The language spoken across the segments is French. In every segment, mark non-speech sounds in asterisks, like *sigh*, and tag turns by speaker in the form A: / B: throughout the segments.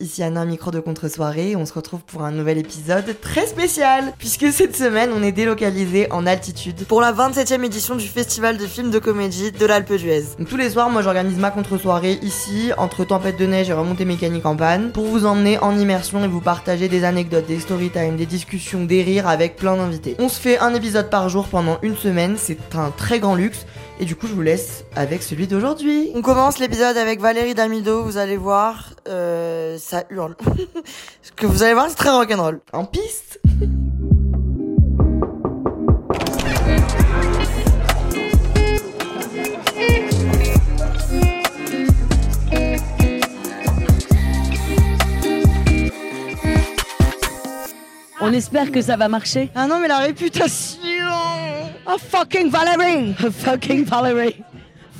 A: Ici Anna, micro de contre-soirée, on se retrouve pour un nouvel épisode très spécial, puisque cette semaine on est délocalisé en altitude pour la 27e édition du Festival de films de comédie de l'Alpe d'Huez. Donc tous les soirs, moi j'organise ma contre-soirée ici, entre tempête de neige et remontée mécanique en panne, pour vous emmener en immersion et vous partager des anecdotes, des story time, des discussions, des rires avec plein d'invités. On se fait un épisode par jour pendant une semaine, c'est un très grand luxe. Et du coup, je vous laisse avec celui d'aujourd'hui. On commence l'épisode avec Valérie Damido, vous allez voir, euh, ça hurle. *laughs* Ce que vous allez voir, c'est très rock'n'roll. En piste
B: On espère que ça va marcher. *laughs*
A: Ah non, mais la réputation
B: Oh fucking Valérie Fucking Valérie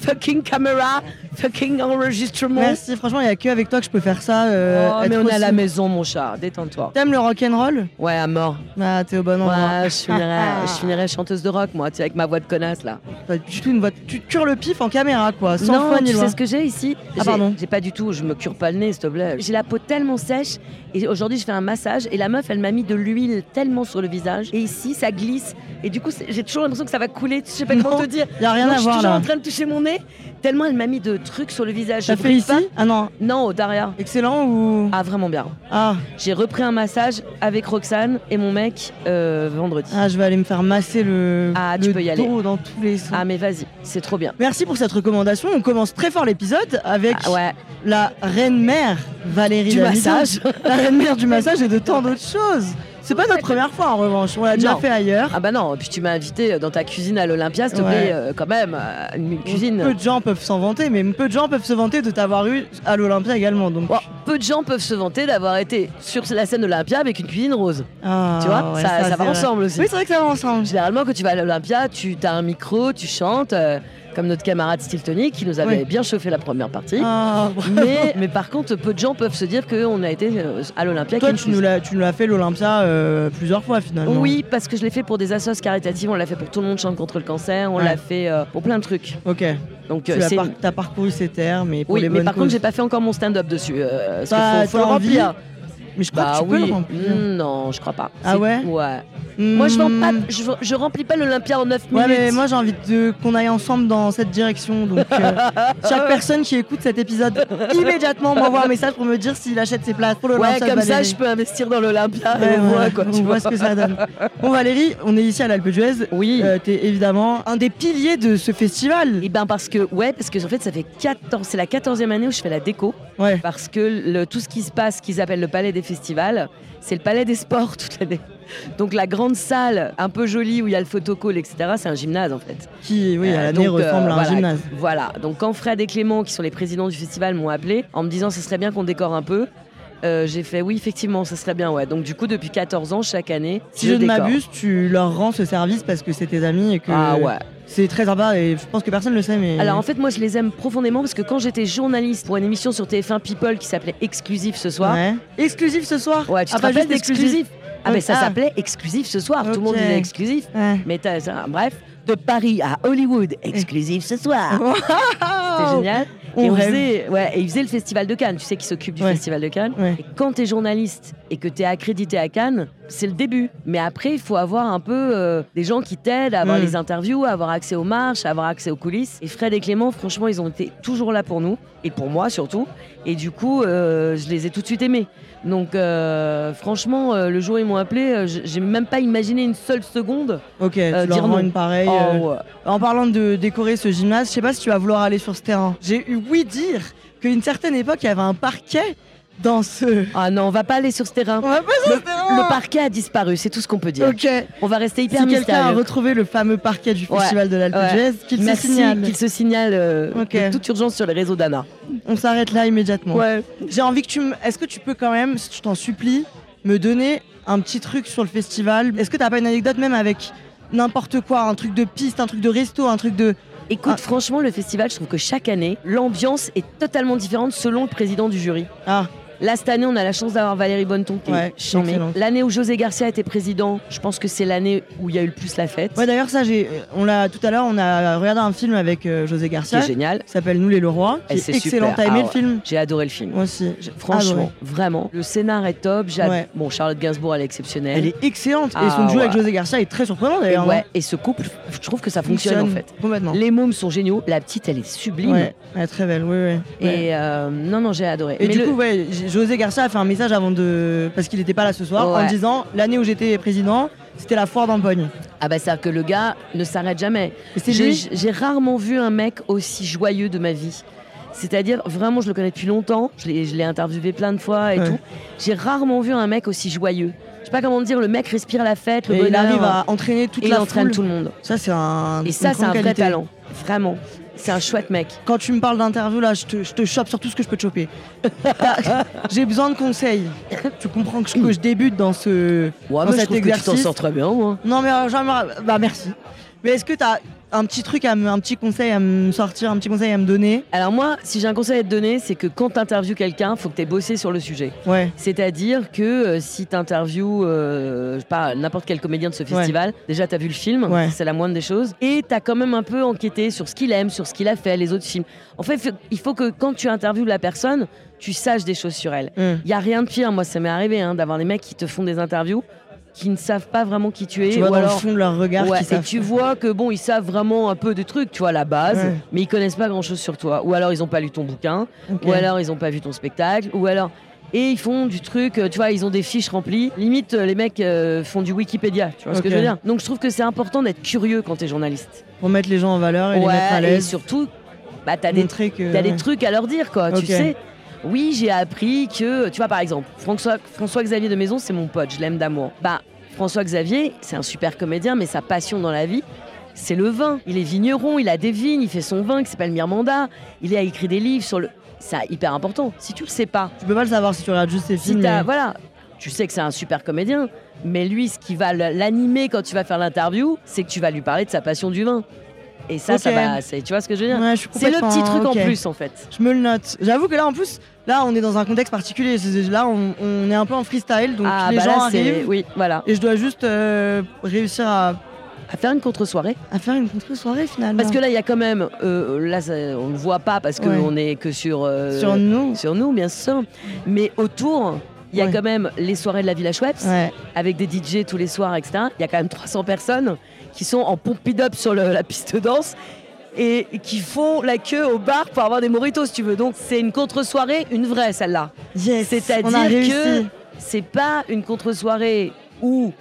B: Fucking caméra Fucking enregistrement
A: Merci, franchement, il y a que avec toi que je peux faire ça. euh,
B: Oh,
A: être
B: mais on est à la
A: aussi-
B: maison, mon chat, détends-toi.
A: T'aimes le rock'n'roll
B: Ouais, à mort.
A: Ah, t'es au bon endroit.
B: Ouais, je finirais, je
A: Ah.
B: finirais chanteuse de rock, moi, tu sais, avec ma voix de connasse, là.
A: T'as du tout une voix- Tu te cures le pif en caméra, quoi, sans
B: non,
A: foi
B: tu
A: ni loi.
B: sais ce que j'ai ici
A: Ah,
B: J'ai-
A: pardon.
B: J'ai pas du tout, je me cure pas le nez, s'il te plaît. J'ai la peau tellement sèche, et aujourd'hui, je fais un massage, et la meuf, elle m'a mis de l'huile tellement sur le visage, et ici, ça glisse, et du coup, c'est- j'ai toujours l'impression que ça va couler, je sais pas comment
A: Non.
B: te dire.
A: Y a rien
B: Non,
A: à
B: je suis
A: voir
B: toujours
A: là.
B: en train de toucher mon nez, tellement elle m'a mis de trucs sur le visage.
A: T'as
B: Je
A: fait
B: brille
A: ici
B: pas.
A: Ah non,
B: Non, au Daria.
A: excellent ou.
B: Ah, vraiment bien.
A: Ah.
B: J'ai repris un massage avec Roxane et mon mec euh, vendredi.
A: ah, je vais aller me faire masser le,
B: Ah, tu
A: le
B: peux y
A: dos dans tous les sens.
B: Ah, mais vas-y, c'est trop bien.
A: Merci pour cette recommandation. On commence très fort l'épisode avec
B: Ah, ouais,
A: la reine-mère Valérie
B: du
A: Damido.
B: massage.
A: *laughs* La reine-mère du massage et de tant d'autres choses. C'est pas notre première fois en revanche, on l'a déjà
B: Non.
A: fait ailleurs.
B: Ah bah non, puis tu m'as invité dans ta cuisine à l'Olympia, s'il te
A: Ouais.
B: plaît, euh, quand même, euh, une cuisine.
A: Peu de gens peuvent s'en vanter, mais peu de gens peuvent se vanter de t'avoir eu à l'Olympia également. Donc,
B: Bon, peu de gens peuvent se vanter d'avoir été sur la scène de l'Olympia avec une cuisine rose.
A: Ah,
B: tu vois,
A: ouais,
B: ça, ça
A: c'est
B: va
A: vrai.
B: ensemble aussi.
A: Oui, c'est vrai que ça va ensemble.
B: Généralement, quand tu vas à l'Olympia, tu as un micro, tu chantes, euh, comme notre camarade Steel Tony qui nous avait
A: Oui.
B: bien chauffé la première partie.
A: Ah, bravo.
B: Mais, mais par contre, peu de gens peuvent se dire qu'on a été euh, à l'Olympia.
A: Toi,
B: avec
A: tu
B: une
A: nous l'as, tu nous l'as fait l'Olympia euh, plusieurs fois finalement.
B: Oui, parce que je l'ai fait pour des assos caritatives, on l'a fait pour tout le monde chante contre le cancer, on
A: Ouais.
B: l'a fait euh, pour plein de trucs.
A: Ok.
B: Donc
A: Tu
B: euh,
A: as
B: c'est
A: par- t'as parcouru ces terres, mais pour
B: oui,
A: les
B: mais
A: bonnes
B: par contre, j'ai
A: causes.
B: pas fait encore mon stand-up dessus. euh, parce qu'il
A: Bah,
B: faut, faut
A: t'as
B: le
A: envie
B: remplir.
A: Mais je crois
B: Bah
A: que tu peux
B: oui.
A: le remplir.
B: Mm, non, je crois pas.
A: Ah
B: C'est-
A: ouais
B: Ouais. Moi, je, vends
A: Hmm.
B: pas, je, je remplis pas l'Olympia en 9
A: Ouais,
B: minutes.
A: mais moi j'ai envie de, qu'on aille ensemble dans cette direction. Donc, euh,
B: *laughs*
A: chaque personne qui écoute cet épisode immédiatement m'envoie un message pour me dire s'il achète ses places pour le
B: Ouais,
A: Lancel
B: comme ça,
A: Valérie.
B: je peux investir dans l'Olympia.
A: Ouais,
B: et on voit,
A: ouais,
B: quoi,
A: on
B: tu
A: voit
B: vois.
A: ce que ça donne. Bon, Valérie, on est ici à l'Alpe d'Huez.
B: Oui.
A: Euh, T'es évidemment un des piliers de ce festival.
B: Et ben parce que, ouais, parce que en fait, ça fait 14, c'est la 14e année où je fais la déco.
A: Ouais.
B: Parce que le- tout ce qui se passe, qu'ils appellent le palais des festivals, c'est le palais des sports *laughs* toute l'année. Donc la grande salle, un peu jolie, où il y a le photocall, etc., c'est un gymnase en fait.
A: Qui, oui,
B: Euh,
A: à l'année
B: donc, euh,
A: ressemble à un
B: voilà,
A: gymnase.
B: Voilà. Donc quand Fred et Clément, qui sont les présidents du festival, m'ont appelé en me disant ce serait bien qu'on décore un peu. euh, j'ai fait oui effectivement ça serait bien ouais donc du coup depuis 14 ans chaque année
A: Si je, ne
B: décore.
A: m'abuse, tu leur rends ce service parce que c'est tes amis et que
B: ah ouais
A: c'est très sympa et je pense que personne ne le sait. Mais
B: alors en fait moi je les aime profondément parce que quand j'étais journaliste pour une émission sur TF1 People qui s'appelait Exclusif ce soir
A: Ouais. exclusif ce soir.
B: Ouais, tu te
A: Ah, pas
B: rappelles
A: juste
B: d'exclusif Ah, mais ça
A: Ah.
B: s'appelait exclusif ce soir. Tout le monde
A: Ok.
B: disait exclusif.
A: Ouais.
B: Mais t'as ça, bref, de Paris à Hollywood, exclusif ce soir.
A: Oh.
B: C'était génial.
A: On
B: et, Ah, on
A: rêve.
B: faisait, ouais, et ils faisaient le Festival de Cannes. Tu sais qui s'occupe du
A: Ouais.
B: Festival de Cannes.
A: Ouais.
B: Et quand t'es journaliste et que t'es accrédité à Cannes, c'est le début. Mais après, il faut avoir un peu euh, des gens qui t'aident à avoir
A: Mm.
B: les interviews, à avoir accès aux marches, à avoir accès aux coulisses. Et Fred et Clément, franchement, ils ont été toujours là pour nous et pour moi surtout. Et du coup, euh, je les ai tout de suite aimés. Donc, euh, franchement, euh, le jour où ils m'ont appelé, euh, j- j'ai même pas imaginé une seule seconde.
A: Ok, tu leur
B: euh, dire
A: rends
B: non.
A: une pareille. euh,
B: Oh, ouais.
A: En parlant de décorer ce gymnase, je sais pas si tu vas vouloir aller sur ce terrain. J'ai eu oui dire qu'à une certaine époque, il y avait un parquet
C: dans ce.
B: Ah non, on va pas aller sur ce terrain.
C: On va pas sur ce terrain.
B: Le parquet a disparu, c'est tout ce qu'on peut dire.
C: Ok.
B: On va rester hyper
C: Si quelqu'un a
B: mystérieux.
C: retrouvé le fameux parquet du
B: Ouais.
C: Festival de l'Alpe
B: Ouais.
C: d'Huez, qu'il se
B: Merci
C: signale.
B: qu'il se signale euh,
C: Ok.
B: de toute urgence sur les réseaux d'Anna.
C: On s'arrête là immédiatement.
B: Ouais.
C: J'ai envie que tu me. Est-ce que tu peux quand même, si je t'en supplie, me donner un petit truc sur le festival Est-ce que t'as pas une anecdote même avec n'importe quoi Un truc de piste, un truc de resto, un truc de.
B: Écoute,
C: Ah.
B: franchement, le festival, je trouve que chaque année, l'ambiance est totalement différente selon le président du jury.
C: Ah,
B: Là, cette année, on a la chance d'avoir Valérie Bonneton qui
C: Ouais,
B: est chambée.
C: excellente.
B: L'année où José Garcia était président, je pense que c'est l'année où il y a eu le plus la fête.
C: ouais, d'ailleurs, ça, j'ai. euh, On l'a. Tout à l'heure, on a regardé un film avec euh, José
B: c'est
C: Garcia qui
B: génial.
C: s'appelle Nous les Leroy.
B: Et
C: Qui est
B: c'est
C: excellent.
B: super.
C: T'as
B: Ah
C: aimé le
B: ouais.
C: film
B: J'ai adoré le film.
C: Moi aussi. J'ai-
B: Franchement,
C: adoré.
B: vraiment. Le scénar est top. J'ai ad-
C: Ah, Ouais.
B: Bon, Charlotte Gainsbourg, elle est exceptionnelle.
C: Elle est excellente. et
B: Ah,
C: son duo avec
B: ouais.
C: José Garcia est très surprenant
B: et,
C: d'ailleurs.
B: ouais,
C: hein.
B: et ce couple, je trouve que ça fonctionne, en fait.
C: Complètement.
B: Les mômes sont géniaux. La petite, elle est sublime.
C: Ouais, elle est très belle, oui, oui. Ouais.
B: Et euh, non, non, j'ai adoré.
C: Et
B: Mais
C: du
B: le-
C: coup, ouais, J- José Garcia a fait un message avant de. parce qu'il n'était pas là ce soir, en
B: Ouais.
C: disant l'année où j'étais président, c'était la foire d'Empogne.
B: ah bah, c'est-à-dire que le gars ne s'arrête jamais.
C: Et c'est
B: J'ai-
C: lui.
B: J'ai rarement vu un mec aussi joyeux de ma vie. C'est-à-dire, vraiment, je le connais depuis longtemps, je l'ai je l'ai interviewé plein de fois et
C: Ouais.
B: tout. J'ai rarement vu un mec aussi joyeux. Je sais pas comment dire, le mec respire la fête, le
C: Et il
B: bonheur.
C: arrive à entraîner toute
B: et il
C: la
B: entraîne
C: foule.
B: tout le monde.
C: Ça, c'est un.
B: Et ça,
C: une
B: c'est un
C: grande
B: vrai
C: qualité.
B: talent. Vraiment. C'est un chouette mec.
C: Quand tu me parles d'interview, là, je te, je te chope sur tout ce que je peux
B: *laughs*
C: te choper. Ah, J'ai besoin de conseils. tu comprends que je, que je débute dans ce.
B: Ouais,
C: Dans
B: mais je
C: cet
B: trouve que tu t'en
C: exercice-
B: sors très bien, moi.
C: Non, mais euh, j'aimerais- Bah, merci. Mais est-ce que t'as un petit truc, à me- un petit conseil à me sortir, un petit conseil à me donner
B: Alors moi, si j'ai un conseil à te donner, c'est que quand t'interviews quelqu'un, faut que t'aies bossé sur le sujet.
C: Ouais.
B: C'est-à-dire que euh, si t'interviews, euh, je sais pas, n'importe quel comédien de ce festival, déjà t'as vu le film,
C: Ouais.
B: c'est la moindre des choses, et t'as quand même un peu enquêté sur ce qu'il aime, sur ce qu'il a fait, les autres films. En fait, faut- il faut que quand tu interviews la personne, tu saches des choses sur elle.
C: Hum.
B: Il y a rien de pire, moi ça m'est arrivé, hein, d'avoir des mecs qui te font des interviews qui ne savent pas vraiment qui tu es,
C: Tu vois
B: ou
C: dans
B: alors
C: le fond de leur regard
B: Ouais,
C: qu'ils
B: et
C: savent-
B: tu vois que bon, ils savent vraiment un peu de trucs, tu vois, à la base,
C: Ouais.
B: mais ils connaissent pas grand chose sur toi. Ou alors ils ont pas lu ton bouquin,
C: Ok.
B: ou alors ils ont pas vu ton spectacle, ou alors. Et ils font du truc, euh, tu vois, ils ont des fiches remplies. Limite, euh, les mecs euh, font du Wikipédia, tu vois ce que
C: Ok.
B: je veux dire. Donc je trouve que c'est important d'être curieux quand t'es journaliste.
C: Pour mettre les gens en valeur et les mettre à
B: et
C: l'aise. Mm.
B: surtout, bah, t'as des,
C: montrer que.
B: t'as des
C: ouais.
B: trucs à leur dire, quoi,
C: Ok.
B: tu sais. Oui, j'ai appris que, tu vois, par exemple, François, François-Xavier de Maison, c'est mon pote, je l'aime d'amour. Bah, François-Xavier, c'est un super comédien, mais sa passion dans la vie, c'est le vin. Il est vigneron, il a des vignes, il fait son vin qui s'appelle Mirmanda, il a écrit des livres sur le. C'est hyper important. Si tu le sais pas,
C: Tu peux pas le savoir si tu regardes juste ces
B: si
C: films.
B: t'as.
C: mais-
B: Voilà, tu sais que c'est un super comédien, mais lui, ce qui va le- l'animer quand tu vas faire l'interview, c'est que tu vas lui parler de sa passion du vin. Et ça, ça
C: Ok.
B: va. c'est- Tu vois ce que je veux dire
C: Ouais, je suis
B: C'est le
C: complètement-
B: petit truc
C: ok.
B: en plus, en fait.
C: Je me le note. J'avoue que là, en plus, là, on est dans un contexte particulier. C'est- Là, on, on est un peu en freestyle, donc
B: ah,
C: les
B: bah
C: gens
B: là, c'est-
C: arrivent.
B: Oui, voilà.
C: Et je dois juste euh, réussir à,
B: à faire une contre-soirée.
C: à faire une contre-soirée finalement.
B: Parce que là, il y a quand même, euh, là, ça, on ne voit pas parce
C: Ouais.
B: qu'on est que sur, euh,
C: sur nous.
B: sur nous, bien sûr. Mais autour, il y a
C: Ouais.
B: quand même les soirées de la Villa Schweppes,
C: Ouais.
B: avec des DJ tous les soirs, etc. Il y a quand même 300 personnes qui sont en pompidop sur le- la piste de danse et qui font la queue au bar pour avoir des moritos, si tu veux. Donc, c'est une contre-soirée, une vraie, celle-là.
C: Yes.
B: C'est-à-dire
C: on a réussi.
B: que c'est pas une contre-soirée où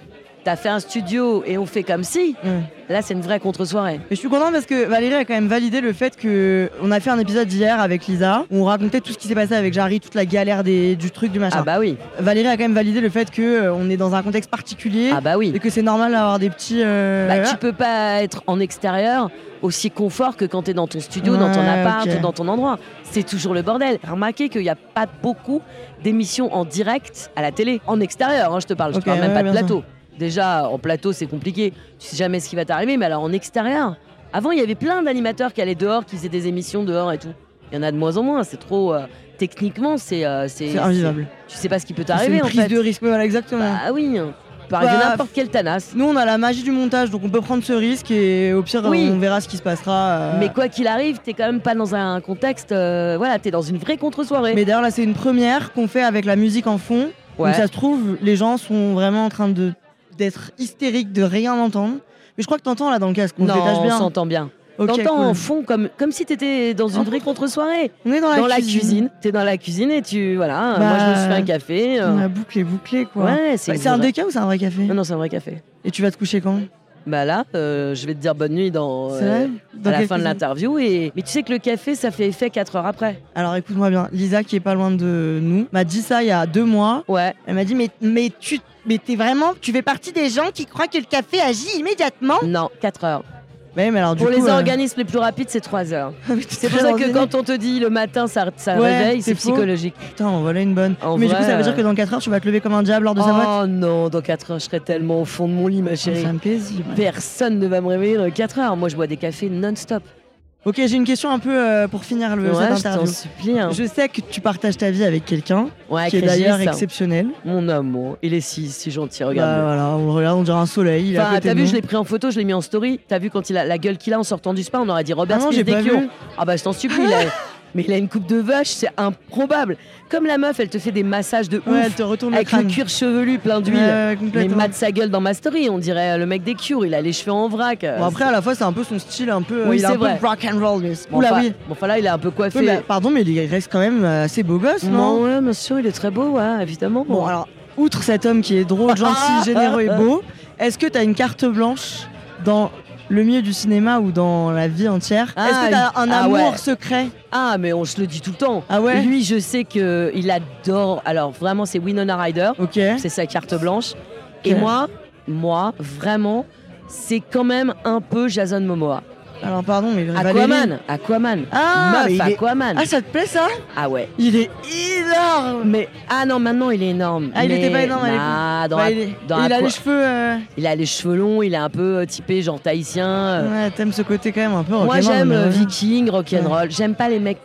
B: t'as fait un studio et on fait comme si.
C: Ouais.
B: Là, c'est une vraie contre-soirée.
C: Mais je suis contente parce que Valérie a quand même validé le fait que on a fait un épisode hier avec Lisa où on racontait tout ce qui s'est passé avec Jarry, toute la galère des, du truc, du machin.
B: Ah bah oui,
C: Valérie a quand même validé le fait que euh, on est dans un contexte particulier
B: ah bah
C: et
B: oui.
C: que c'est normal d'avoir des petits. euh,
B: Bah, tu peux pas être en extérieur aussi confort que quand t'es dans ton studio, dans ton
C: Ouais,
B: appart,
C: ok.
B: dans ton endroit. C'est toujours le bordel. Remarquez qu'il n'y a pas beaucoup d'émissions en direct à la télé, en extérieur. hein, je te parle, je
C: Ok,
B: te parle même
C: ouais,
B: pas de
C: bien
B: plateau. Déjà, en plateau, c'est compliqué. Tu sais jamais ce qui va t'arriver, mais alors en extérieur. Avant, il y avait plein d'animateurs qui allaient dehors, qui faisaient des émissions dehors et tout. Il y en a de moins en moins. C'est trop. euh, techniquement, c'est. euh,
C: C'est invivable.
B: c'est- Tu sais pas ce qui peut
C: C'est
B: t'arriver
C: une
B: en
C: prise
B: fait.
C: de risque, ouais, voilà, exactement.
B: Bah oui. Par arriver
C: Bah,
B: n'importe quelle tanasse.
C: Nous, on a la magie du montage, donc on peut prendre ce risque et au pire,
B: Oui.
C: on verra ce qui se passera. euh.
B: Mais quoi qu'il arrive, t'es quand même pas dans un contexte. euh, voilà, t'es dans une vraie contre-soirée.
C: Mais d'ailleurs, là, c'est une première qu'on fait avec la musique en fond.
B: Ouais.
C: Donc, ça se trouve, les gens sont vraiment en train de d'être hystériques, de rien entendre. Mais je crois que t'entends là dans le casque, on se
B: non,
C: détache
B: on
C: bien.
B: s'entend bien.
C: Ok,
B: T'entends
C: cool.
B: en fond comme, comme si t'étais dans une
C: En
B: vraie contre-soirée.
C: On est dans la
B: Dans la
C: cuisine.
B: cuisine. T'es dans la cuisine et tu. Voilà, euh,
C: Bah,
B: moi je me suis fait un café. euh,
C: On a bouclé, bouclé quoi.
B: ouais,
C: Ouais,
B: c'est
C: C'est
B: une
C: un
B: vraie-
C: déca ou c'est un vrai café
B: Non, non, c'est un vrai café.
C: Et tu vas te coucher quand
B: Bah là, euh, je vais te dire bonne nuit dans,
C: C'est
B: euh,
C: vrai
B: à
C: Dans
B: la
C: quelle
B: fin de
C: cuisine
B: l'interview. Et... Mais tu sais que le café, ça fait effet 4 heures après.
C: Alors écoute-moi bien, Lisa qui est pas loin de nous m'a dit ça il y a deux mois.
B: Ouais.
C: Elle m'a dit mais mais tu mais t'es vraiment tu fais partie des gens qui croient que le café agit immédiatement.
B: Non, 4 heures.
C: Mais, mais alors du
B: Pour
C: coup,
B: les
C: euh,
B: organismes les plus rapides, c'est 3 heures.
C: *laughs* mais t'es
B: C'est pour
C: très
B: ça que
C: ordinaire.
B: quand on te dit le matin, ça, ça
C: Ouais,
B: réveille, c'est
C: c'est faux.
B: psychologique.
C: putain en voilà une bonne.
B: En
C: mais du
B: vrai,
C: coup ça veut
B: euh,
C: dire que dans 4 heures tu vas te lever comme un diable hors de sa boîte.
B: Oh non, dans 4 heures, je serai tellement au fond de mon lit, ma
C: Ça
B: chérie.
C: me paisible.
B: Personne ne va me réveiller dans 4 heures. Moi, je bois des cafés non-stop.
C: Ok j'ai une question un peu euh, pour finir le
B: Ouais,
C: cette
B: je t'en
C: interview.
B: supplie. hein.
C: Je sais que tu partages ta vie avec quelqu'un
B: Ouais,
C: qui est
B: Régis,
C: d'ailleurs
B: hein.
C: exceptionnel.
B: Mon amour, il est si, si gentil,
C: Bah,
B: regarde.
C: voilà, on le regarde, on dirait un soleil. Il est à côté
B: T'as
C: de
B: vu,
C: nous.
B: je l'ai pris en photo, je l'ai mis en story. T'as vu quand il a la gueule qu'il a en sortant du spa, on aurait dit Robert
C: Ah non,
B: Smith
C: j'ai
B: des
C: pas
B: Clions.
C: vu.
B: Ah bah je t'en supplie,
C: *laughs*
B: il a- mais il a une coupe de vache, c'est improbable. Comme la meuf, elle te fait des massages de
C: Ouais, elle
B: ouf
C: te retourne le
B: avec
C: crâne.
B: le cuir chevelu plein d'huile.
C: Ouais, ouais,
B: mais
C: complètement.
B: mate sa gueule dans ma story, on dirait euh, le mec des cures, il a les cheveux en vrac.
C: Bon, après, à la fois, c'est un peu son style, un peu.
B: Euh,
C: euh,
B: Oui,
C: il est
B: c'est
C: un
B: vrai.
C: peu rock and roll. Mais...
B: Bon,
C: Oula,
B: enfin-
C: oui.
B: bon, enfin, là, il est un peu coiffé.
C: Oui, mais pardon, mais il reste quand même euh, assez beau gosse, non
B: Non, ouais, bien sûr, il est très beau,
C: hein,
B: ouais, évidemment.
C: Bon, alors, outre cet homme qui est
B: *laughs*
C: drôle, gentil, généreux et beau, est-ce que t'as une carte blanche dans le milieu du cinéma ou dans la vie entière
B: Ah,
C: Est-ce que t'as un
B: ah
C: amour
B: ouais.
C: secret
B: Ah, mais on se le dit tout le temps.
C: Ah ouais
B: Lui, je sais que il adore. Alors vraiment, c'est Winona Ryder.
C: Ok.
B: C'est sa carte blanche. Et
C: Ok.
B: moi, moi, vraiment, c'est quand même un peu Jason Momoa.
C: Alors, pardon, mais. Valérie-
B: Aquaman, Aquaman.
C: Ah, mais
B: Meuf,
C: il est-
B: Aquaman.
C: Ah, ça te plaît ça
B: Ah ouais.
C: Il est énorme
B: Mais ah non, maintenant il est énorme.
C: Ah, il
B: Mais-
C: était pas énorme à l'époque.
B: Nah, dans
C: Bah,
B: Aqu-
C: il, est-
B: dans
C: il a
B: Aqua-
C: les cheveux. euh,
B: il a les cheveux longs, il est un peu euh, typé genre tahitien. euh.
C: Ouais, t'aimes ce côté quand même un peu
B: Moi,
C: rock'n'roll,
B: j'aime
C: Oh, mais
B: euh,
C: ouais.
B: Viking, rock'n'roll. J'aime pas les mecs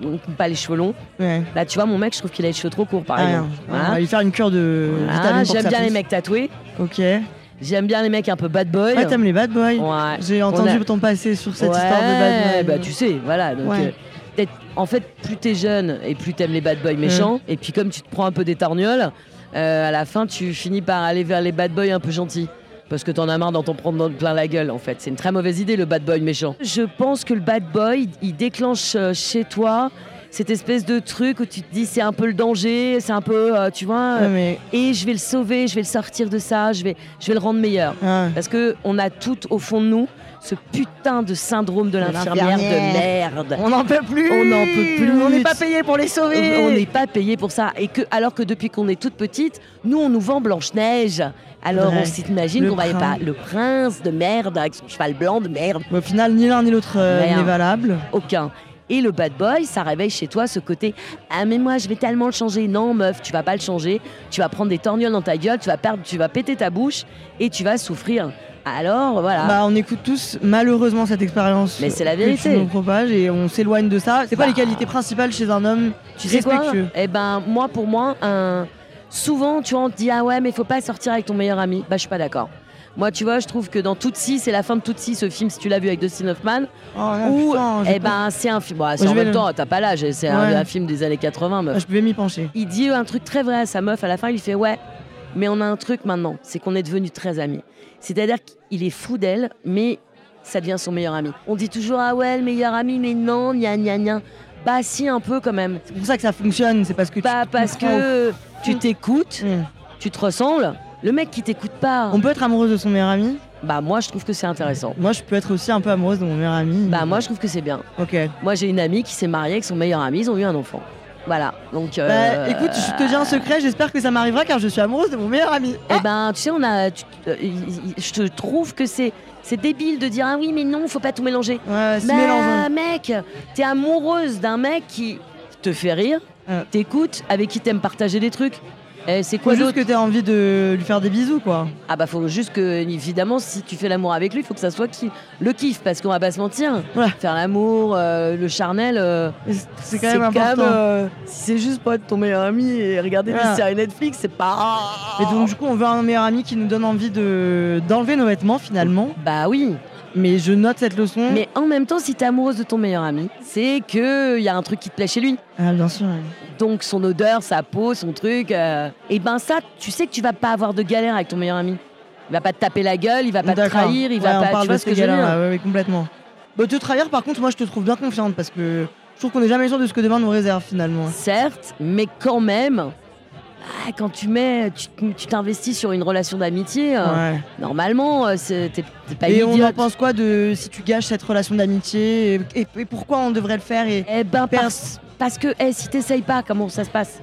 B: qui ont pas les cheveux longs.
C: Ouais.
B: Là, tu vois, mon mec, je trouve qu'il a les cheveux trop courts, par
C: Ah,
B: exemple.
C: rien.
B: Voilà.
C: On va lui faire une cure de
B: Voilà,
C: vitamine euh, pour que
B: J'aime
C: ça
B: bien les
C: pousse.
B: mecs Ah, tatoués.
C: Ok. Ouais,
B: J'aime bien les mecs un peu bad boy.
C: t'aimes les bad boys.
B: Ouais.
C: J'ai
B: On
C: entendu
B: a-
C: ton passé sur cette
B: Ouais,
C: histoire de bad boy.
B: Bah, tu sais, voilà. Donc,
C: Ouais.
B: euh, peut-être- en fait, plus t'es jeune et plus t'aimes les bad boys méchants, et puis comme tu te prends un peu des torgnoles, euh, à la fin, tu finis par aller vers les bad boys un peu gentils. Parce que t'en as marre d'en t'en prendre dans- plein la gueule, en fait. C'est une très mauvaise idée, le bad boy méchant. Je pense que le bad boy, il déclenche euh, chez toi cette espèce de truc où tu te dis c'est un peu le danger, c'est un peu, euh, tu vois,
C: Ouais, mais...
B: et je vais le sauver, je vais le sortir de ça, je vais, je vais le rendre meilleur.
C: ah.
B: Parce que on a toutes au fond de nous ce putain de syndrome de l'infirmière de
C: l'infirmière.
B: merde.
C: On n'en peut plus
B: On n'en peut plus.
C: On n'est pas payé pour les sauver
B: On n'est pas payé pour ça. Et que, alors que depuis qu'on est toute petite, nous on nous vend Blanche-Neige. Alors
C: Ouais.
B: on s'imagine
C: Le
B: qu'on va aller pas.
C: prince.
B: Le prince de merde avec son cheval blanc de merde.
C: Bon, Au final, ni l'un ni l'autre euh,
B: Rien.
C: n'est valable.
B: Aucun. Et le bad boy, ça réveille chez toi ce côté Ah, mais moi, je vais tellement le changer. Non, meuf, tu vas pas le changer. Tu vas prendre des torgnoles dans ta gueule, tu vas perdre, tu vas péter ta bouche et tu vas souffrir. Alors, voilà.
C: Bah, on écoute tous malheureusement cette expérience.
B: Mais c'est la
C: que
B: vérité.
C: tu nous propages et on s'éloigne de ça. C'est pas
B: Bah.
C: les qualités principales chez un homme
B: Tu sais quoi
C: respectueux.
B: Eh ben moi pour moi un souvent tu vois on te dit ah ouais mais faut pas sortir avec ton meilleur ami. Bah je suis pas d'accord. Moi tu vois je trouve que dans Tootsie c'est la fin de Tootsie ce film si tu l'as vu avec Dustin Hoffman
C: Oh, là,
B: où
C: putain, j'ai
B: eh ben c'est un film bon, c'est
C: je
B: en
C: vais
B: même
C: le-
B: temps t'as pas l'âge c'est un,
C: Ouais.
B: un film des années 80
C: pas-
B: meuf.
C: Je pouvais m'y pencher.
B: Il dit euh, un truc très vrai à sa meuf à la fin il fait ouais mais on a un truc maintenant c'est qu'on est devenus très amis. C'est-à-dire qu'il est fou d'elle mais ça devient son meilleur ami. On dit toujours ah ouais le meilleur ami mais non gna gna gna. Bah si un peu quand même.
C: C'est pour ça que ça fonctionne, c'est parce que tu
B: Bah
C: te
B: parce
C: comprends.
B: que tu t'écoutes,
C: Mm.
B: tu te ressembles. Le mec qui t'écoute pas,
C: On peut être amoureuse de son meilleur ami
B: bah moi je trouve que c'est intéressant.
C: Moi, je peux être aussi un peu amoureuse de mon meilleur ami.
B: Bah moi je trouve que c'est bien.
C: Ok.
B: Moi j'ai une amie qui s'est mariée avec son meilleur ami, ils ont eu un enfant. Voilà, donc... euh,
C: Bah, écoute, je te dis un secret, j'espère que ça m'arrivera car je suis amoureuse de mon meilleur ami.
B: Eh ben, tu sais, on a, tu- euh, il- il- je te trouve que c'est, c'est débile de dire ah oui mais non, faut pas tout mélanger.
C: Ouais, c'est
B: Bah,
C: mélangeant.
B: mec, t'es amoureuse d'un mec qui te fait rire,
C: Ouais.
B: t'écoute, avec qui t'aimes partager des trucs. Eh, c'est
C: Faut
B: quoi
C: juste
B: d'autre
C: que t'aies envie de lui faire des bisous, quoi.
B: Ah bah faut juste que évidemment si tu fais l'amour avec lui, il faut que ça soit qui le kiff parce qu'on va pas se mentir.
C: Ouais.
B: Faire l'amour, euh, le charnel, euh,
C: C'est quand même important.
B: euh, si c'est juste pas être ton meilleur ami et regarder
C: Voilà.
B: des séries Netflix, c'est pas.
C: Et donc, du coup, on veut un meilleur ami qui nous donne envie de d'enlever nos vêtements finalement.
B: bah oui.
C: Mais je note cette leçon.
B: Mais en même temps, si t'es amoureuse de ton meilleur ami, c'est que y a un truc qui te plaît chez lui.
C: Ah, bien sûr. ouais.
B: Donc son odeur, sa peau, son truc. et ben ça, tu sais que tu vas pas avoir de galère avec ton meilleur ami. Il va pas te taper la gueule, il va pas te
C: D'accord.
B: trahir, il
C: Ouais,
B: va
C: on
B: pas.
C: parle
B: Tu vois
C: de
B: ce
C: ces
B: que je veux
C: gars-là,
B: dire
C: ouais, ouais, complètement. Bah, te trahir, par contre, moi, je te trouve bien confiante parce que je trouve qu'on est jamais sûr de ce que demain nous réserve finalement.
B: Certes, mais quand même, bah, quand tu mets, tu tu t'investis sur une relation d'amitié, euh,
C: Ouais.
B: normalement, euh, c'est- t'es t'es pas
C: Et
B: une
C: on en
B: idiote.
C: pense quoi de si tu gâches cette relation d'amitié et, et- et pourquoi on devrait le faire et
B: Eh ben,
C: Pers-
B: parce, parce que eh, si t'essayes pas, comment ça se passe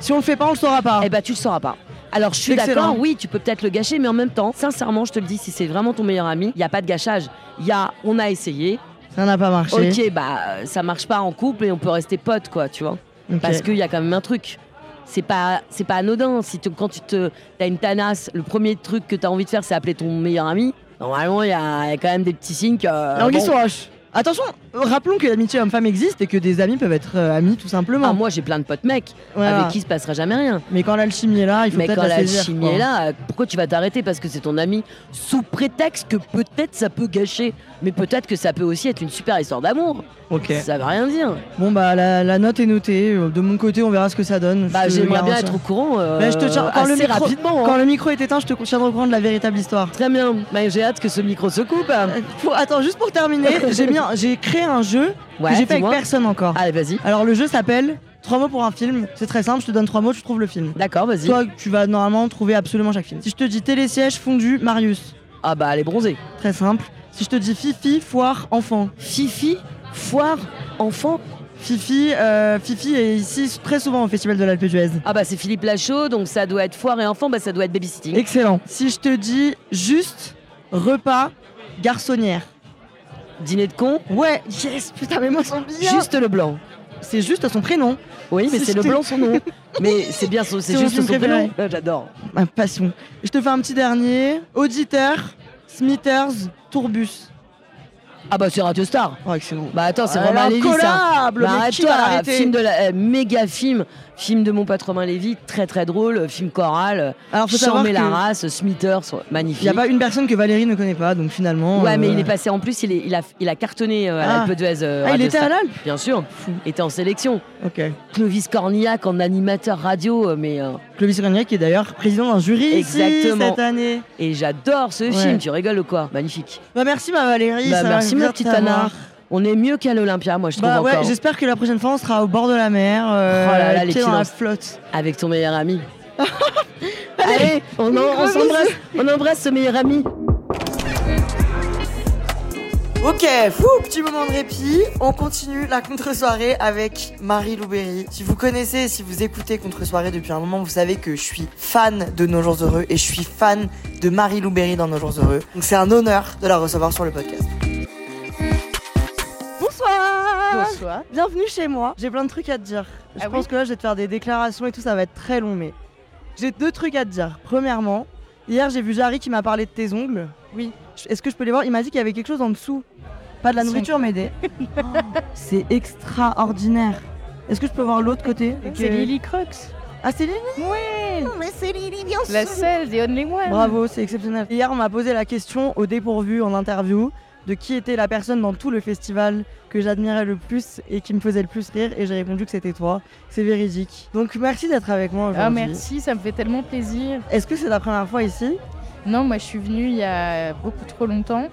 C: si on le fait pas, on le saura pas.
B: Eh ben, tu le sauras pas. Alors, je suis
C: Ah. Excellent.
B: d'accord, oui, tu peux peut-être le gâcher, mais en même temps, sincèrement, je te le dis, si c'est vraiment ton meilleur ami, il n'y a pas de gâchage. Il y a, on a essayé,
C: Ça n'a pas marché.
B: ok, bah, euh, ça marche pas en couple et on peut rester potes, quoi, tu vois.
C: Ok.
B: Parce qu'il y a quand même un truc. C'est pas, c'est pas anodin. Si tu- quand tu te, as une tanasse, le premier truc que tu as envie de faire, c'est appeler ton meilleur ami. Normalement, il y, a il y a quand même des petits signes que. euh,
C: Langue
B: bon.
C: sous roche. Attention, rappelons que l'amitié homme-femme existe et que des amis peuvent être euh, amis tout simplement.
B: Ah, moi, j'ai plein de potes mecs
C: Ouais,
B: avec
C: ouais.
B: qui il se passera jamais rien.
C: Mais quand l'alchimie est là, il faut
B: Mais
C: peut-être
B: quand
C: la
B: la
C: saisir.
B: chimie
C: quoi.
B: est là, euh, pourquoi tu vas t'arrêter Parce que c'est ton ami, sous prétexte que peut-être ça peut gâcher. Mais peut-être que ça peut aussi être une super histoire d'amour.
C: Ok.
B: Ça veut rien dire.
C: Bon bah la, la note est notée. Euh, De mon côté, on verra ce que ça donne.
B: Bah,
C: Je te
B: J'aimerais bien
C: garantis.
B: être au courant euh,
C: Mais je te tiens- quand le
B: assez
C: micro-
B: rapidement. hein.
C: Quand le micro est éteint, je te tiendrai au courant de la véritable histoire.
B: Très bien. Bah, J'ai hâte que ce micro se coupe.
C: Euh, pour- attends, juste
B: *laughs*
C: pour terminer, j'ai bien, j'ai créé un jeu
B: Ouais,
C: que j'ai fait avec
B: dis-moi. Ah.
C: personne encore.
B: Allez, vas-y.
C: Alors le jeu s'appelle Trois mots pour un film. C'est très simple, je te donne trois mots, tu trouves le film.
B: D'accord, vas-y.
C: Toi, tu vas normalement trouver absolument chaque film. Si je te dis télésiège, fondu, Marius,
B: Ah bah, elle est bronzée.
C: très simple. Si je te dis Fifi, foire, enfant.
B: Fifi, foire, enfant.
C: Fifi, euh, Fifi est ici très souvent au Festival de l'Alpe d'Huez.
B: Ah bah, c'est Philippe Lachaud, donc ça doit être foire et enfant, bah ça doit être babysitting.
C: Excellent. Si je te dis juste repas, garçonnière.
B: Dîner de con,
C: Ouais, yes, putain, mes mots sont bien.
B: juste le blanc.
C: c'est juste son prénom.
B: Oui, mais
C: Si
B: c'est
C: je
B: le
C: te-
B: blanc son
C: *laughs*
B: nom. mais c'est bien, son- c'est
C: C'est mon
B: juste
C: film
B: son
C: préféré.
B: prénom. Ah, J'adore.
C: Ma passion. Je te fais un petit dernier. Auditeur, Smithers, Tourbus.
B: Ah bah, c'est Radio Star.
C: Oh, excellent.
B: Bah attends, c'est
C: Ah,
B: Romain Lévy ça.
C: incollable,
B: Bah,
C: mais qui
B: arrête-toi,
C: va l'arrêter
B: film de la, euh, méga film, film de mon pote Romain Lévy, très très drôle, euh, film choral,
C: Alors Ah, faut savoir
B: Charmé la
C: que
B: race, Smithers, ouais,
C: il
B: magnifique.
C: n'y a pas une personne que Valérie ne connaît pas, donc finalement.
B: Ouais, mais
C: euh,
B: il est passé en plus, il, est- il a, il a cartonné euh, à
C: Ah.
B: l'Alpe d'Huez. euh,
C: Ah, il
B: Radio
C: était à
B: Star.
C: l'Alpe.
B: Bien sûr, était en sélection.
C: Ok.
B: Clovis Cornillac en animateur radio, euh, mais euh,
C: Clovis Cornillac qui est d'ailleurs président d'un jury ici,
B: Exactement.
C: cette année.
B: et j'adore ce
C: Ouais.
B: film. Tu rigoles ou quoi Magnifique.
C: Bah merci ma Valérie.
B: Bah,
C: ça
B: merci,
C: m'a fait
B: ma
C: plaisir de
B: petite
C: t'avoir.
B: Anna. On est mieux qu'à l'Olympia, moi je trouve
C: Bah ouais,
B: encore.
C: j'espère que la prochaine fois on sera au bord de la mer, euh,
B: Oh là là, les
C: pieds dans
B: petits dans-
C: la flotte.
B: Avec ton meilleur
C: *laughs*
B: ami. Allez, on, en- on s'embrasse, on embrasse ce meilleur ami.
A: Ok, fou, petit moment de répit. On continue la contre-soirée avec Marie Louberry. Si vous connaissez, et si vous écoutez contre-soirée depuis un moment, vous savez que je suis fan de Nos Jours Heureux et je suis fan de Marie Louberry dans Nos Jours Heureux. Donc c'est un honneur de la recevoir sur le podcast.
C: Bonsoir. Bienvenue chez moi. J'ai plein de trucs à te dire. Je
D: Ah
C: pense que là, je vais te faire des déclarations et tout, ça va être très long, mais j'ai deux trucs à te dire. Premièrement, hier, j'ai vu Jarry qui m'a parlé de tes ongles. Oui. Est-ce que je peux les voir Il m'a dit qu'il y avait quelque chose en dessous. Pas de la nourriture, mais
D: *laughs*
C: des. Oh, c'est extraordinaire. Est-ce que je peux voir l'autre côté
D: C'est
C: Que-
D: Lily Crux.
C: Ah, c'est Lily
D: Ouais
C: Mais c'est Lily, bien *laughs*
D: La seule, the only one
C: Bravo, c'est exceptionnel. Hier, on m'a posé la question au dépourvu en interview de qui était la personne dans tout le festival que j'admirais le plus et qui me faisait le plus rire et j'ai répondu que c'était toi. C'est véridique. Donc merci d'être avec moi aujourd'hui.
D: Ah merci, ça me fait tellement plaisir.
C: Est-ce que c'est la première fois ici
D: Non, moi je suis venue il y a beaucoup trop longtemps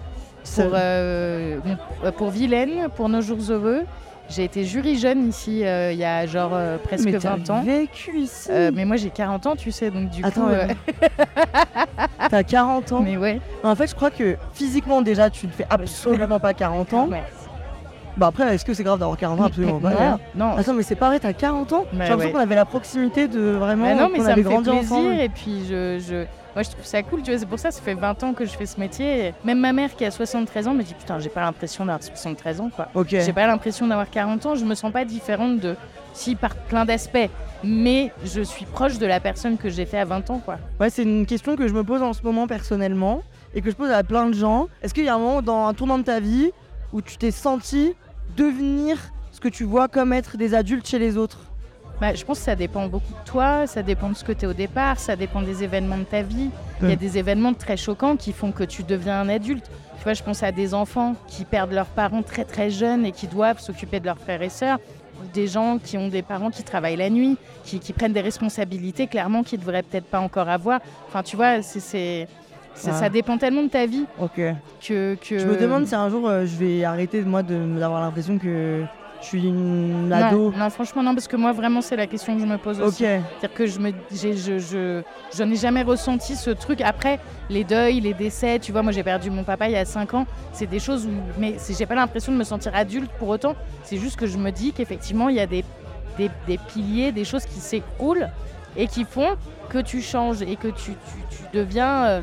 D: pour, euh, mon- pour Vilaine, pour Nos Jours Heureux. J'ai été jury jeune ici euh, il y a genre euh, presque
C: Mais t'as
D: 20 ans.
C: vécu ici.
D: Euh, mais moi j'ai 40 ans, tu sais, donc du
C: Attends,
D: coup. euh,
C: ouais. t'as 40 ans.
D: ah. mais ouais.
C: En fait, je crois que physiquement déjà, tu ne fais absolument pas 40 ans.
D: Ouais.
C: Bah après, est-ce que c'est grave d'avoir 40 ans Absolument pas. d'ailleurs.
D: Non, non.
C: Attends, mais c'est pas vrai, t'as 40 ans J'ai
D: Mais
C: l'impression
D: ouais.
C: qu'on avait la proximité de vraiment.
D: Bah non, mais
C: qu'on
D: ça
C: avait
D: me fait
C: grandi
D: plaisir
C: ensemble.
D: et puis je, je- moi je trouve ça cool, tu vois, c'est pour ça, ça fait 20 ans que je fais ce métier. Et Même ma mère qui a 73 ans me dit putain, j'ai pas l'impression d'avoir 73 ans quoi.
C: Ok.
D: J'ai pas l'impression d'avoir 40 ans, je me sens pas différente de si par plein d'aspects, mais je suis proche de la personne que j'étais à 20 ans quoi.
C: Ouais, c'est une question que je me pose en ce moment personnellement et que je pose à plein de gens. Est-ce qu'il y a un moment dans un tournant de ta vie où tu t'es senti devenir ce que tu vois comme être des adultes chez les autres
D: Bah, je pense que ça dépend beaucoup de toi, ça dépend de ce que tu es au départ, ça dépend des événements de ta vie. Il y
C: Ouais.
D: a des événements très choquants qui font que tu deviens un adulte. Tu vois, je pense à des enfants qui perdent leurs parents très très jeunes et qui doivent s'occuper de leurs frères et sœurs. Ou Des gens qui ont des parents qui travaillent la nuit, qui, qui prennent des responsabilités clairement qu'ils ne devraient peut-être pas encore avoir. Enfin, tu vois, c'est, c'est, c'est-
C: Ouais.
D: ça dépend tellement de ta vie
C: Ok.
D: que... que...
C: Je me demande si un jour euh, je vais arrêter moi de- d'avoir l'impression que Je suis une
D: non,
C: ado.
D: non, franchement, non, parce que moi, vraiment, c'est la question que je me pose
C: Ok.
D: aussi. C'est-à-dire que je me, j'ai- je, je, j'en ai jamais ressenti ce truc. Après, les deuils, les décès, tu vois, moi j'ai perdu mon papa il y a 5 ans. C'est des choses où, mais c'est- j'ai pas l'impression de me sentir adulte pour autant. C'est juste que je me dis qu'effectivement, il y a des, des, des piliers, des choses qui s'écroulent et qui font que tu changes et que tu, tu, tu deviens euh,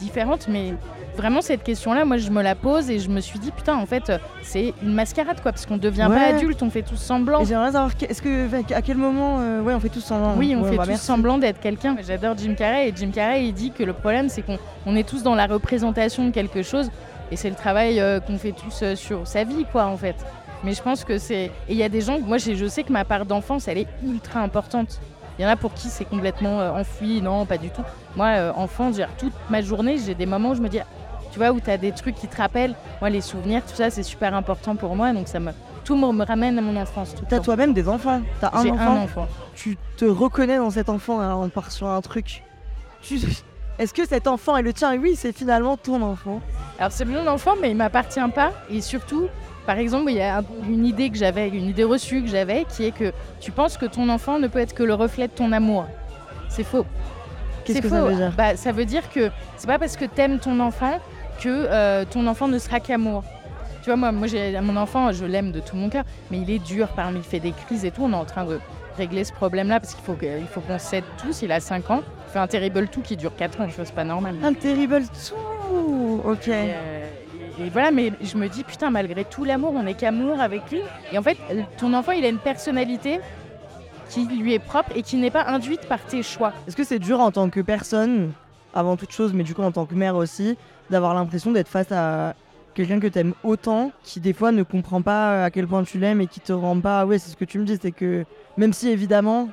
D: différente. Mais vraiment, cette question-là, moi je me la pose et je me suis dit, putain, en fait, euh, c'est une mascarade quoi, parce qu'on devient pas
C: Ouais.
D: adulte, on fait tous semblant.
C: Et J'aimerais savoir, que- est-ce que, à quel moment, euh, ouais, on fait tous semblant.
D: Oui, on
C: Ouais,
D: fait
C: bah,
D: tous
C: merci.
D: semblant d'être quelqu'un. J'adore Jim Carrey et Jim Carrey il dit que le problème c'est qu'on on est tous dans la représentation de quelque chose et c'est le travail euh, qu'on fait tous euh, sur sa vie quoi en fait. Mais je pense que c'est et il y a des gens moi j'ai- je sais que ma part d'enfance elle est ultra importante. Il y en a pour qui c'est complètement euh, enfoui, non pas du tout. Moi euh, enfant, je veux dire, toute ma journée j'ai des moments où je me dis tu vois où tu as des trucs qui te rappellent. Moi les souvenirs tout ça c'est super important pour moi donc ça me tout me, me ramène à mon enfance. tout le
C: T'as
D: temps.
C: toi-même des enfants. T'as un
D: J'ai
C: enfant.
D: un enfant.
C: Tu te reconnais dans cet enfant alors on part sur un truc. Tu- *laughs* Est-ce que cet enfant est le tien Et Oui, c'est finalement ton enfant.
D: Alors c'est mon enfant, mais il m'appartient pas. Et surtout, par exemple, il y a un- une idée que j'avais, une idée reçue que j'avais, qui est que tu penses que ton enfant ne peut être que le reflet de ton amour. C'est faux.
C: Qu'est-ce
D: C'est
C: que
D: faux.
C: ça veut dire
D: Bah, ça veut dire que c'est pas parce que t'aimes ton enfant que euh, ton enfant ne sera qu'amour. Tu vois, moi, moi j'ai mon enfant, je l'aime de tout mon cœur, mais il est dur parmi, il fait des crises et tout. On est en train de régler ce problème-là parce qu'il faut que- il faut qu'on s'aide tous. Il a 5 ans, il fait un terrible tout qui dure 4 ans, je pense pas normal.
C: Un terrible tout. Ok.
D: Et, euh, et voilà, mais je me dis, putain, malgré tout l'amour, on n'est qu'amour avec lui. Et en fait, ton enfant, il a une personnalité qui lui est propre et qui n'est pas induite par tes choix.
C: Est-ce que c'est dur en tant que personne, avant toute chose, mais du coup en tant que mère aussi, d'avoir l'impression d'être face à quelqu'un que t'aimes autant, qui des fois ne comprend pas euh, à quel point tu l'aimes et qui te rend pas. Ouais, c'est ce que tu me dis, c'est que même si évidemment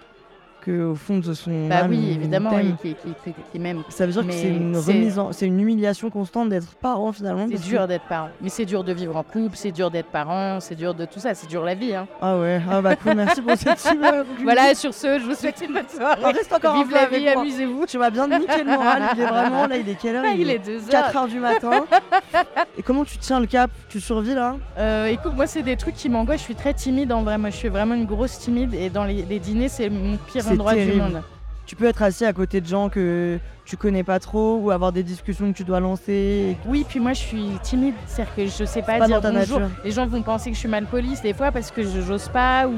C: que au fond de son
D: Bah
C: âme,
D: oui,
C: Ah, il
D: évidemment,
C: t'aime,
D: oui, qui, qui, qui- qui m'aime.
C: Ça veut dire que
D: Mais
C: c'est une
D: c'est-
C: remise en- c'est une humiliation constante d'être parent finalement.
D: C'est
C: parce que-
D: dur d'être parent. Mais c'est dur de vivre en couple, c'est dur d'être parent, c'est dur de tout ça, c'est dur la vie. hein.
C: Ah ouais, ah bah cool, merci pour cette
D: *laughs*
C: humeur.
D: Voilà, sur ce, je vous souhaite une bonne
C: on
D: soirée.
C: reste encore un
D: Vive
C: peu
D: la
C: avec
D: vie,
C: moi.
D: amusez-vous.
C: Tu m'as bien niqué le moral, il est vraiment là, il est quelle heure
D: Ah, *laughs* Il est deux heures.
C: 4h du
D: *laughs*
C: matin. Et comment tu tiens le cap Tu survis là
D: Euh, écoute, moi, c'est des trucs qui m'angoissent. Je suis très timide en vrai. Moi, je suis vraiment une grosse timide. Et dans les, les dîners, c'est mon pire
C: C'est
D: endroit
C: terrible.
D: du monde.
C: Tu peux être assis à côté de gens que tu connais pas trop ou avoir des discussions que tu dois lancer.
D: Oui, puis moi je suis timide, c'est-à-dire que je sais pas,
C: pas
D: dire
C: dans ta
D: bonjour.
C: nature.
D: Les gens vont penser que je suis mal police des fois parce que je j'ose pas ou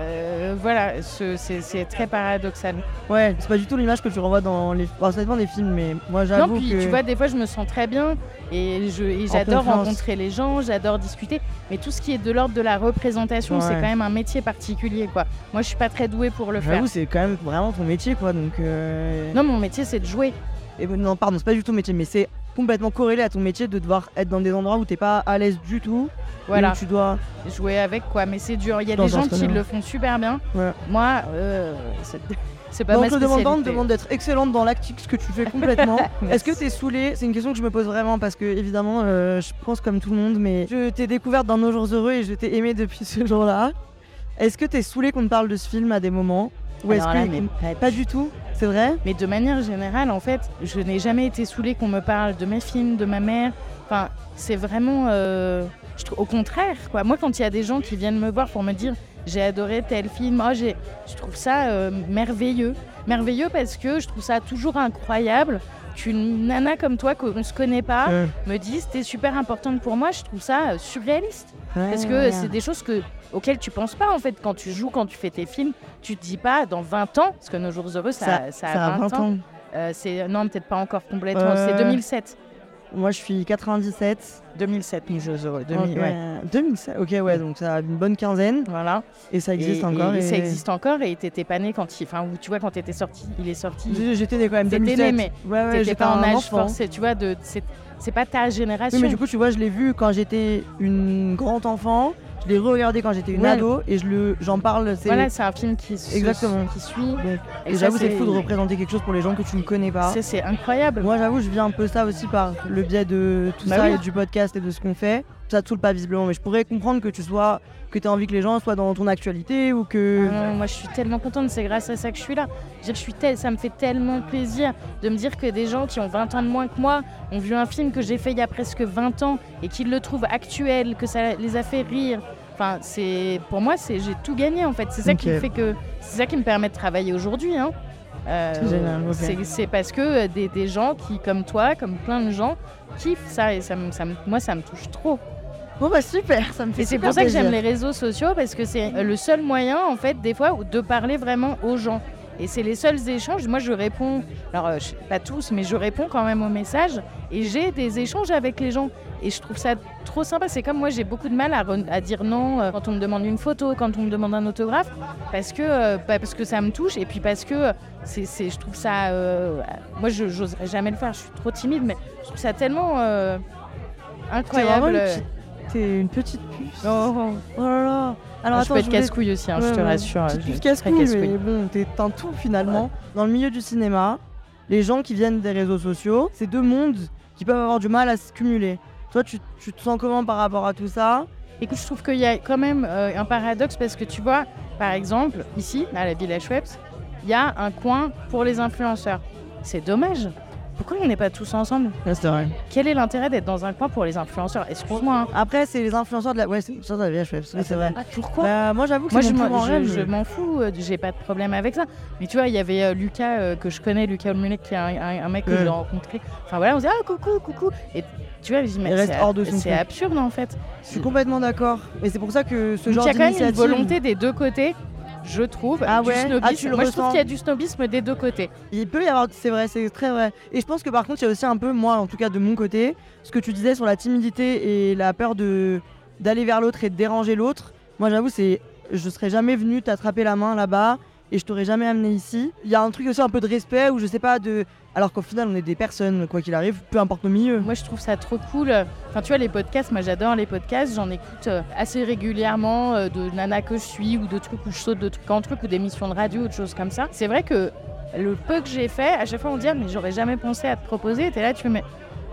D: euh, voilà, ce- c'est c'est très paradoxal.
C: Ouais, c'est pas du tout l'image que tu renvoies dans les. Enfin, ça dépend des films, mais moi
D: Non,
C: j'avoue
D: puis
C: que.
D: tu vois, des fois je me sens très bien et je- et
C: En
D: j'adore
C: confiance.
D: rencontrer les gens, j'adore discuter, mais tout ce qui est de l'ordre de la représentation, c'est
C: Ouais.
D: quand même un métier particulier quoi. Moi je suis pas très douée pour le faire.
C: J'avoue, c'est quand même vraiment ton métier quoi, donc. euh,
D: Non, mon métier c'est de jouer.
C: Et bon, Eh ben, non, pardon, c'est pas du tout ton métier, mais c'est complètement corrélé à ton métier de devoir être dans des endroits où t'es pas à l'aise du tout. et
D: Voilà.
C: où tu dois.
D: jouer avec quoi, mais c'est dur. Il y a
C: Dans
D: des
C: un
D: gens qui
C: scénario.
D: le font super bien.
C: Ouais.
D: Moi, euh, c'est- *laughs* c'est pas
C: donc
D: Bah, ma
C: le demandant
D: spécialité.
C: demande d'être excellente dans l'actique, ce que tu fais
D: *laughs*
C: complètement. Est-ce
D: Merci.
C: que t'es saoulée C'est une question que je me pose vraiment parce que évidemment, euh, je pense comme tout le monde, mais je t'ai découverte dans Nos jours heureux et je t'ai aimée depuis ce jour-là. Est-ce que t'es saoulée qu'on te parle de ce film à des moments Ou est-ce
D: Alors là,
C: que
D: mais pas
C: pas du tout C'est vrai
D: Mais de manière générale, en fait, je n'ai jamais été saoulée qu'on me parle de mes films, de ma mère. Enfin, c'est vraiment. euh, je trouve- au contraire, quoi. Moi, quand il y a des gens qui viennent me voir pour me dire j'ai adoré tel film, oh, j'ai- je trouve ça euh, merveilleux. Merveilleux parce que je trouve ça toujours incroyable qu'une nana comme toi, qu'on ne se connaît pas,
C: Ouais.
D: me dise t'es super importante pour moi. Je trouve ça euh, surréaliste.
C: Ah,
D: Parce que c'est des choses que, auxquelles tu penses pas en fait quand tu joues, quand tu fais tes films. Tu te dis pas dans 20 ans, parce que Nos Jours Heureux, ça, ça,
C: ça a 20 ans.
D: Euh, c'est non, peut-être pas encore complètement.
C: Euh,
D: C'est 2007.
C: Moi, je suis 97.
D: 2007, Nos Jours Heureux. 2000,
C: Ok,
D: ouais.
C: 2007. Ok, ouais, donc ça a une bonne quinzaine
D: Voilà.
C: et ça existe
D: Et-
C: encore.
D: et,
C: et-
D: ça existe encore et t'étais pas né quand il, enfin, ou tu vois quand t'étais sorti, il est sorti.
C: J- J'étais né quand même
D: T'étais né,
C: 2007.
D: mais
C: ouais, ouais,
D: t'étais
C: j'étais
D: pas en
C: un
D: âge
C: enfant.
D: forcé, tu vois. De, c'est, c'est pas ta génération.
C: Oui, mais du coup, tu vois, je l'ai vu quand j'étais une grande enfant, je l'ai regardé quand j'étais une
D: Ouais.
C: ado, et je le, j'en parle. C'est,
D: voilà, c'est un film qui se-
C: Exactement.
D: qui suit.
C: Donc,
D: Et
C: et
D: ça,
C: j'avoue, c'est
D: c'est-
C: fou de représenter quelque chose pour les gens que tu ne connais pas.
D: C'est, c'est incroyable.
C: Moi, j'avoue, je vis un peu ça aussi par le biais de tout
D: Bah
C: ça
D: oui.
C: et du podcast et de ce qu'on fait. Ça te saoule pas visiblement, mais je pourrais comprendre que tu sois, que t'aies envie que les gens soient dans ton actualité ou que.
D: Ah non, moi, je suis tellement contente. C'est grâce à ça que je suis là. Je veux dire, je suis tel- ça me fait tellement plaisir de me dire que des gens qui ont 20 ans de moins que moi ont vu un film que j'ai fait il y a presque 20 ans et qu'ils le trouvent actuel, que ça les a fait rire, Enfin, c'est pour moi, c'est j'ai tout gagné en fait. C'est ça
C: Ok.
D: qui fait que c'est ça qui me permet de travailler aujourd'hui. hein. Euh,
C: C'est génial, ok.
D: c'est- C'est parce que euh, des, des gens qui, comme toi, comme plein de gens, kiffent ça et ça me- ça me- moi, ça me touche trop.
C: Bon bah super, ça me fait
D: Et c'est
C: super
D: pour ça que
C: plaisir.
D: j'aime les réseaux sociaux parce que c'est euh, le seul moyen, en fait, des fois, de parler vraiment aux gens. Et c'est les seuls échanges. Moi, je réponds, alors euh, je- pas tous, mais je réponds quand même aux messages et j'ai des échanges avec les gens. Et je trouve ça trop sympa. C'est comme moi, j'ai beaucoup de mal à, re- à dire non euh, quand on me demande une photo, quand on me demande un autographe, parce que, euh, bah, parce que ça me touche et puis parce que euh, c'est, c'est- je trouve ça. euh, moi, je n'oserais jamais le faire, je suis trop timide, mais je trouve ça tellement euh,
C: T'es vraiment une
D: incroyable.
C: petite, t'es une petite puce.
D: Oh, oh.
C: Oh là là. Alors
D: Ah,
C: attends,
D: je peux
C: je
D: être
C: voulais-
D: casse-couille aussi, hein,
C: Ouais,
D: je te
C: ouais.
D: rassure.
C: Petite
D: je suis
C: puce
D: très
C: casse-couille,
D: casse-couille.
C: mais bon, t'es un tout finalement. Dans le milieu du cinéma, les gens qui viennent des réseaux sociaux, c'est deux mondes qui peuvent avoir du mal à se cumuler. Toi, tu, tu te sens comment par rapport à tout ça
D: Écoute, je trouve qu'il y a quand même euh, un paradoxe parce que tu vois, par exemple, ici, à la Villa Schweppes, il y a un coin pour les influenceurs. C'est dommage. Pourquoi on n'est pas tous ensemble
C: c'est vrai.
D: Quel est l'intérêt d'être dans un coin pour les influenceurs Excuse-moi. hein.
C: Après, c'est les influenceurs de la. Ouais, c'est les influenceurs de la VHF, oui, c'est vrai.
D: pourquoi
C: Bah, moi, j'avoue que
D: Moi,
C: c'est
D: je
C: mon
D: m'en-
C: plus grand
D: je-
C: rêve.
D: je m'en fous, euh, j'ai pas de problème avec ça. Mais tu vois, il y avait euh, Lucas, euh, que je connais, Lucas Olmulek, qui est un, un- un mec que
C: Ouais.
D: j'ai rencontré. Enfin voilà, on se dit, ah, coucou, coucou. Et tu vois, je dis, mais
C: Il reste
D: c'est
C: hors de son
D: c'est
C: truc.
D: absurde en fait.
C: Je suis complètement d'accord. Mais c'est pour ça que ce
D: Donc,
C: genre
D: il y a quand même une
C: d'initiative-
D: volonté des deux côtés, je trouve.
C: Ah
D: du
C: ouais Ah,
D: snobisme.
C: tu le
D: Moi, je trouve
C: ressens
D: qu'il y a du snobisme des deux côtés.
C: Il peut y avoir, c'est vrai, c'est très vrai. Et je pense que par contre, il y a aussi un peu, moi en tout cas de mon côté, ce que tu disais sur la timidité et la peur de d'aller vers l'autre et de déranger l'autre. Moi j'avoue, c'est, je serais jamais venu t'attraper la main là-bas et je t'aurais jamais amené ici. Il y a un truc aussi un peu de respect ou je sais pas de, alors qu'au final on est des personnes quoi qu'il arrive, peu importe nos milieux.
D: Moi, je trouve ça trop cool. Enfin, tu vois, les podcasts, moi, j'adore les podcasts. J'en écoute euh, assez régulièrement euh, de nanas que je suis ou de trucs où je saute de truc en truc ou d'émissions de radio ou de choses comme ça. C'est vrai que le peu que j'ai fait, à chaque fois, on me dit, Ah, mais j'aurais jamais pensé à te proposer. Et t'es là, tu fais, mais.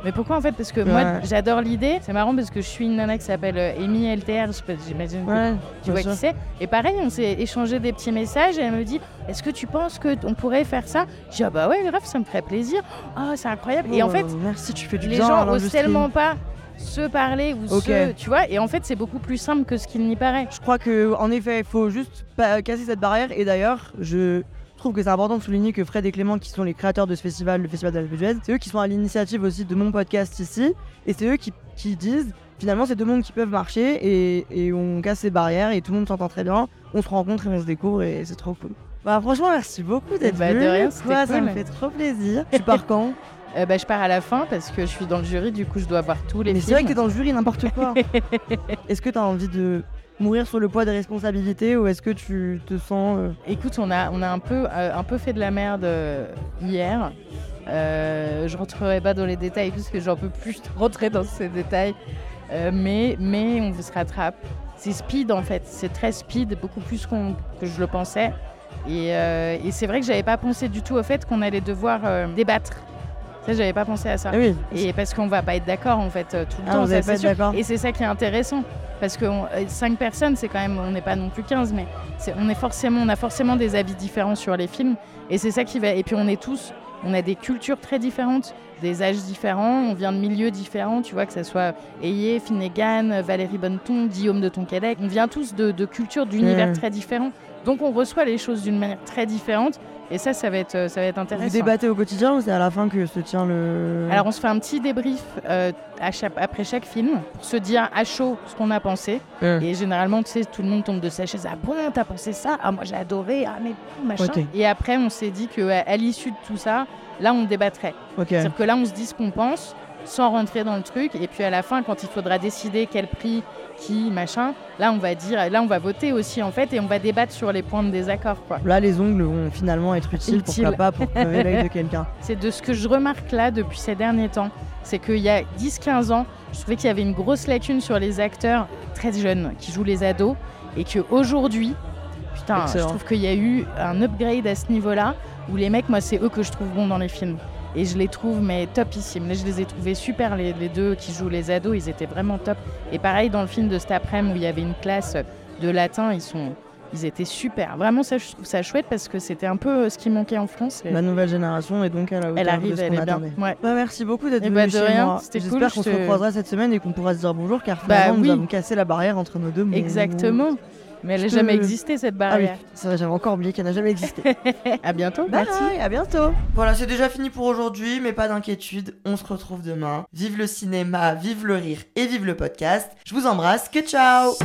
D: Mais pourquoi en fait Parce que
C: Ouais.
D: moi j'adore l'idée. C'est marrant parce que je suis une nana qui s'appelle euh, Amy LTR. Je sais pas, J'imagine que
C: Ouais,
D: tu vois qui c'est. Et pareil, on s'est échangé des petits messages et elle me dit Est-ce que tu penses qu'on pourrait faire ça Je dis Ah bah ouais, grave, ça me ferait plaisir. Ah, c'est incroyable. et en fait,
C: merci, tu fais Oh, du
D: les
C: bien. à
D: gens osent
C: l'industrie.
D: tellement pas se parler ou
C: Ok.
D: se. Tu vois, et en fait, c'est beaucoup plus simple que ce qu'il n'y paraît.
C: Je crois que en effet, il faut juste pas casser cette barrière. Et d'ailleurs, je trouve que c'est important de souligner que Fred et Clément, qui sont les créateurs de ce festival, le festival de la Budget, c'est eux qui sont à l'initiative aussi de mon podcast ici. Et c'est eux qui, qui disent finalement, c'est deux mondes qui peuvent marcher et, et on casse ces barrières et tout le monde s'entend très bien. On se rencontre et on se découvre et c'est trop cool. Bah franchement, merci beaucoup d'être
D: bah, de
C: venu.
D: rien, c'était
C: Quoi, Ça
D: cool.
C: me fait trop plaisir. Tu pars quand
D: Euh, bah, je pars à la fin parce que je suis dans le jury, du coup, je dois voir tous les
C: Mais c'est
D: films.
C: vrai que t'es dans le jury, n'importe
A: *laughs*
C: quoi. est-ce que t'as envie de mourir sur le poids des responsabilités ou est-ce que tu te sens euh,
D: Écoute, on a, on a un, peu, euh, un peu fait de la merde euh, hier. Euh, je rentrerai pas dans les détails puisque j'en peux plus rentrer dans ces détails. Euh, mais, mais on se rattrape. C'est speed en fait, c'est très speed, beaucoup plus qu'on- que je le pensais. Et, euh, et c'est vrai que j'avais pas pensé du tout au fait qu'on allait devoir euh, débattre. Ça, j'avais pas pensé à ça.
C: Ah oui.
D: Et parce qu'on va pas être d'accord en fait euh, tout le
C: Ah,
D: temps,
C: vous
D: ça,
C: allez
D: c'est
C: pas être
D: sûr.
C: d'accord.
D: Et c'est ça qui est intéressant parce que 5 personnes, c'est quand même, on n'est pas non plus 15, mais c'est- on est forcément, on a forcément des avis différents sur les films. Et c'est ça qui va. Et puis on est tous, on a des cultures très différentes, des âges différents, on vient de milieux différents. Tu vois que ça soit Ayé, Finnegan, Valérie Bonneton, Guillaume de Tonquédec, on vient tous de, de cultures, d'univers
C: Mm.
D: très différents. Donc on reçoit les choses d'une manière très différente. Et ça, ça va être, euh, ça va être
C: Vous
D: intéressant.
C: débattez au quotidien ou c'est à la fin que se tient le.
D: Alors on se fait un petit débrief euh, à chaque- après chaque film pour se dire à chaud ce qu'on a pensé.
C: Euh.
D: Et généralement, tu sais, tout le monde tombe de sa chaise. Ah bon, t'as pensé ça Ah moi j'ai adoré. Ah mais bon, machin.
C: Ok.
D: Et après, on s'est dit que à, à l'issue de tout ça, là, on débattrait.
C: Ok.
D: C'est-à-dire que là, on se dit ce qu'on pense sans rentrer dans le truc. Et puis à la fin, quand il faudra décider quel prix, qui, machin, là, on va dire, là, on va voter aussi en fait, et on va débattre sur les points de désaccord, quoi.
C: Là, les ongles vont finalement être utiles,
D: Utiles.
C: pourquoi pas,
D: *laughs*
C: pour crever l'œil de quelqu'un.
D: C'est de ce que je remarque là depuis ces derniers temps. C'est qu'il y a 10-15 ans, je trouvais qu'il y avait une grosse lacune sur les acteurs très jeunes qui jouent les ados. Et qu'aujourd'hui, putain,
C: Excellent.
D: je trouve qu'il y a eu un upgrade à ce niveau-là où les mecs, moi, c'est eux que je trouve bons dans les films. Et je les trouve, mais topissimes. Là, je les ai trouvés super, les, les deux qui jouent les ados, ils étaient vraiment top. Et pareil, dans le film de cet après-midi où il y avait une classe de latin, ils sont Ils étaient super. Vraiment, ça, je trouve ça chouette parce que c'était un peu euh, ce qui manquait en France. Et
C: La nouvelle génération est donc à la hauteur
D: elle arrive,
C: de ce
D: elle
C: qu'on
D: est bien.
C: attendait.
D: Ouais.
C: Bah, merci beaucoup d'être
D: Eh
C: venu
D: bah, de
C: chez
D: rien,
C: moi.
D: c'était
C: J'espère qu'on
D: cool, je
C: se
D: te-
C: recroisera cette semaine et qu'on pourra se dire bonjour car
D: Bah
C: finalement
D: oui.
C: nous avons cassé la barrière entre nos deux mondes.
D: Exactement. Mais elle n'a
C: Je te-
D: jamais existé, cette
C: Ah oui,
D: barrière.
C: c'est vrai, j'avais encore oublié qu'elle n'a jamais existé.
D: À bientôt.
C: Bye,
D: Merci.
C: à bientôt.
A: Voilà, c'est déjà fini pour aujourd'hui, mais pas d'inquiétude, on se retrouve demain. Vive le cinéma, vive le rire et vive le podcast. Je vous embrasse, que ciao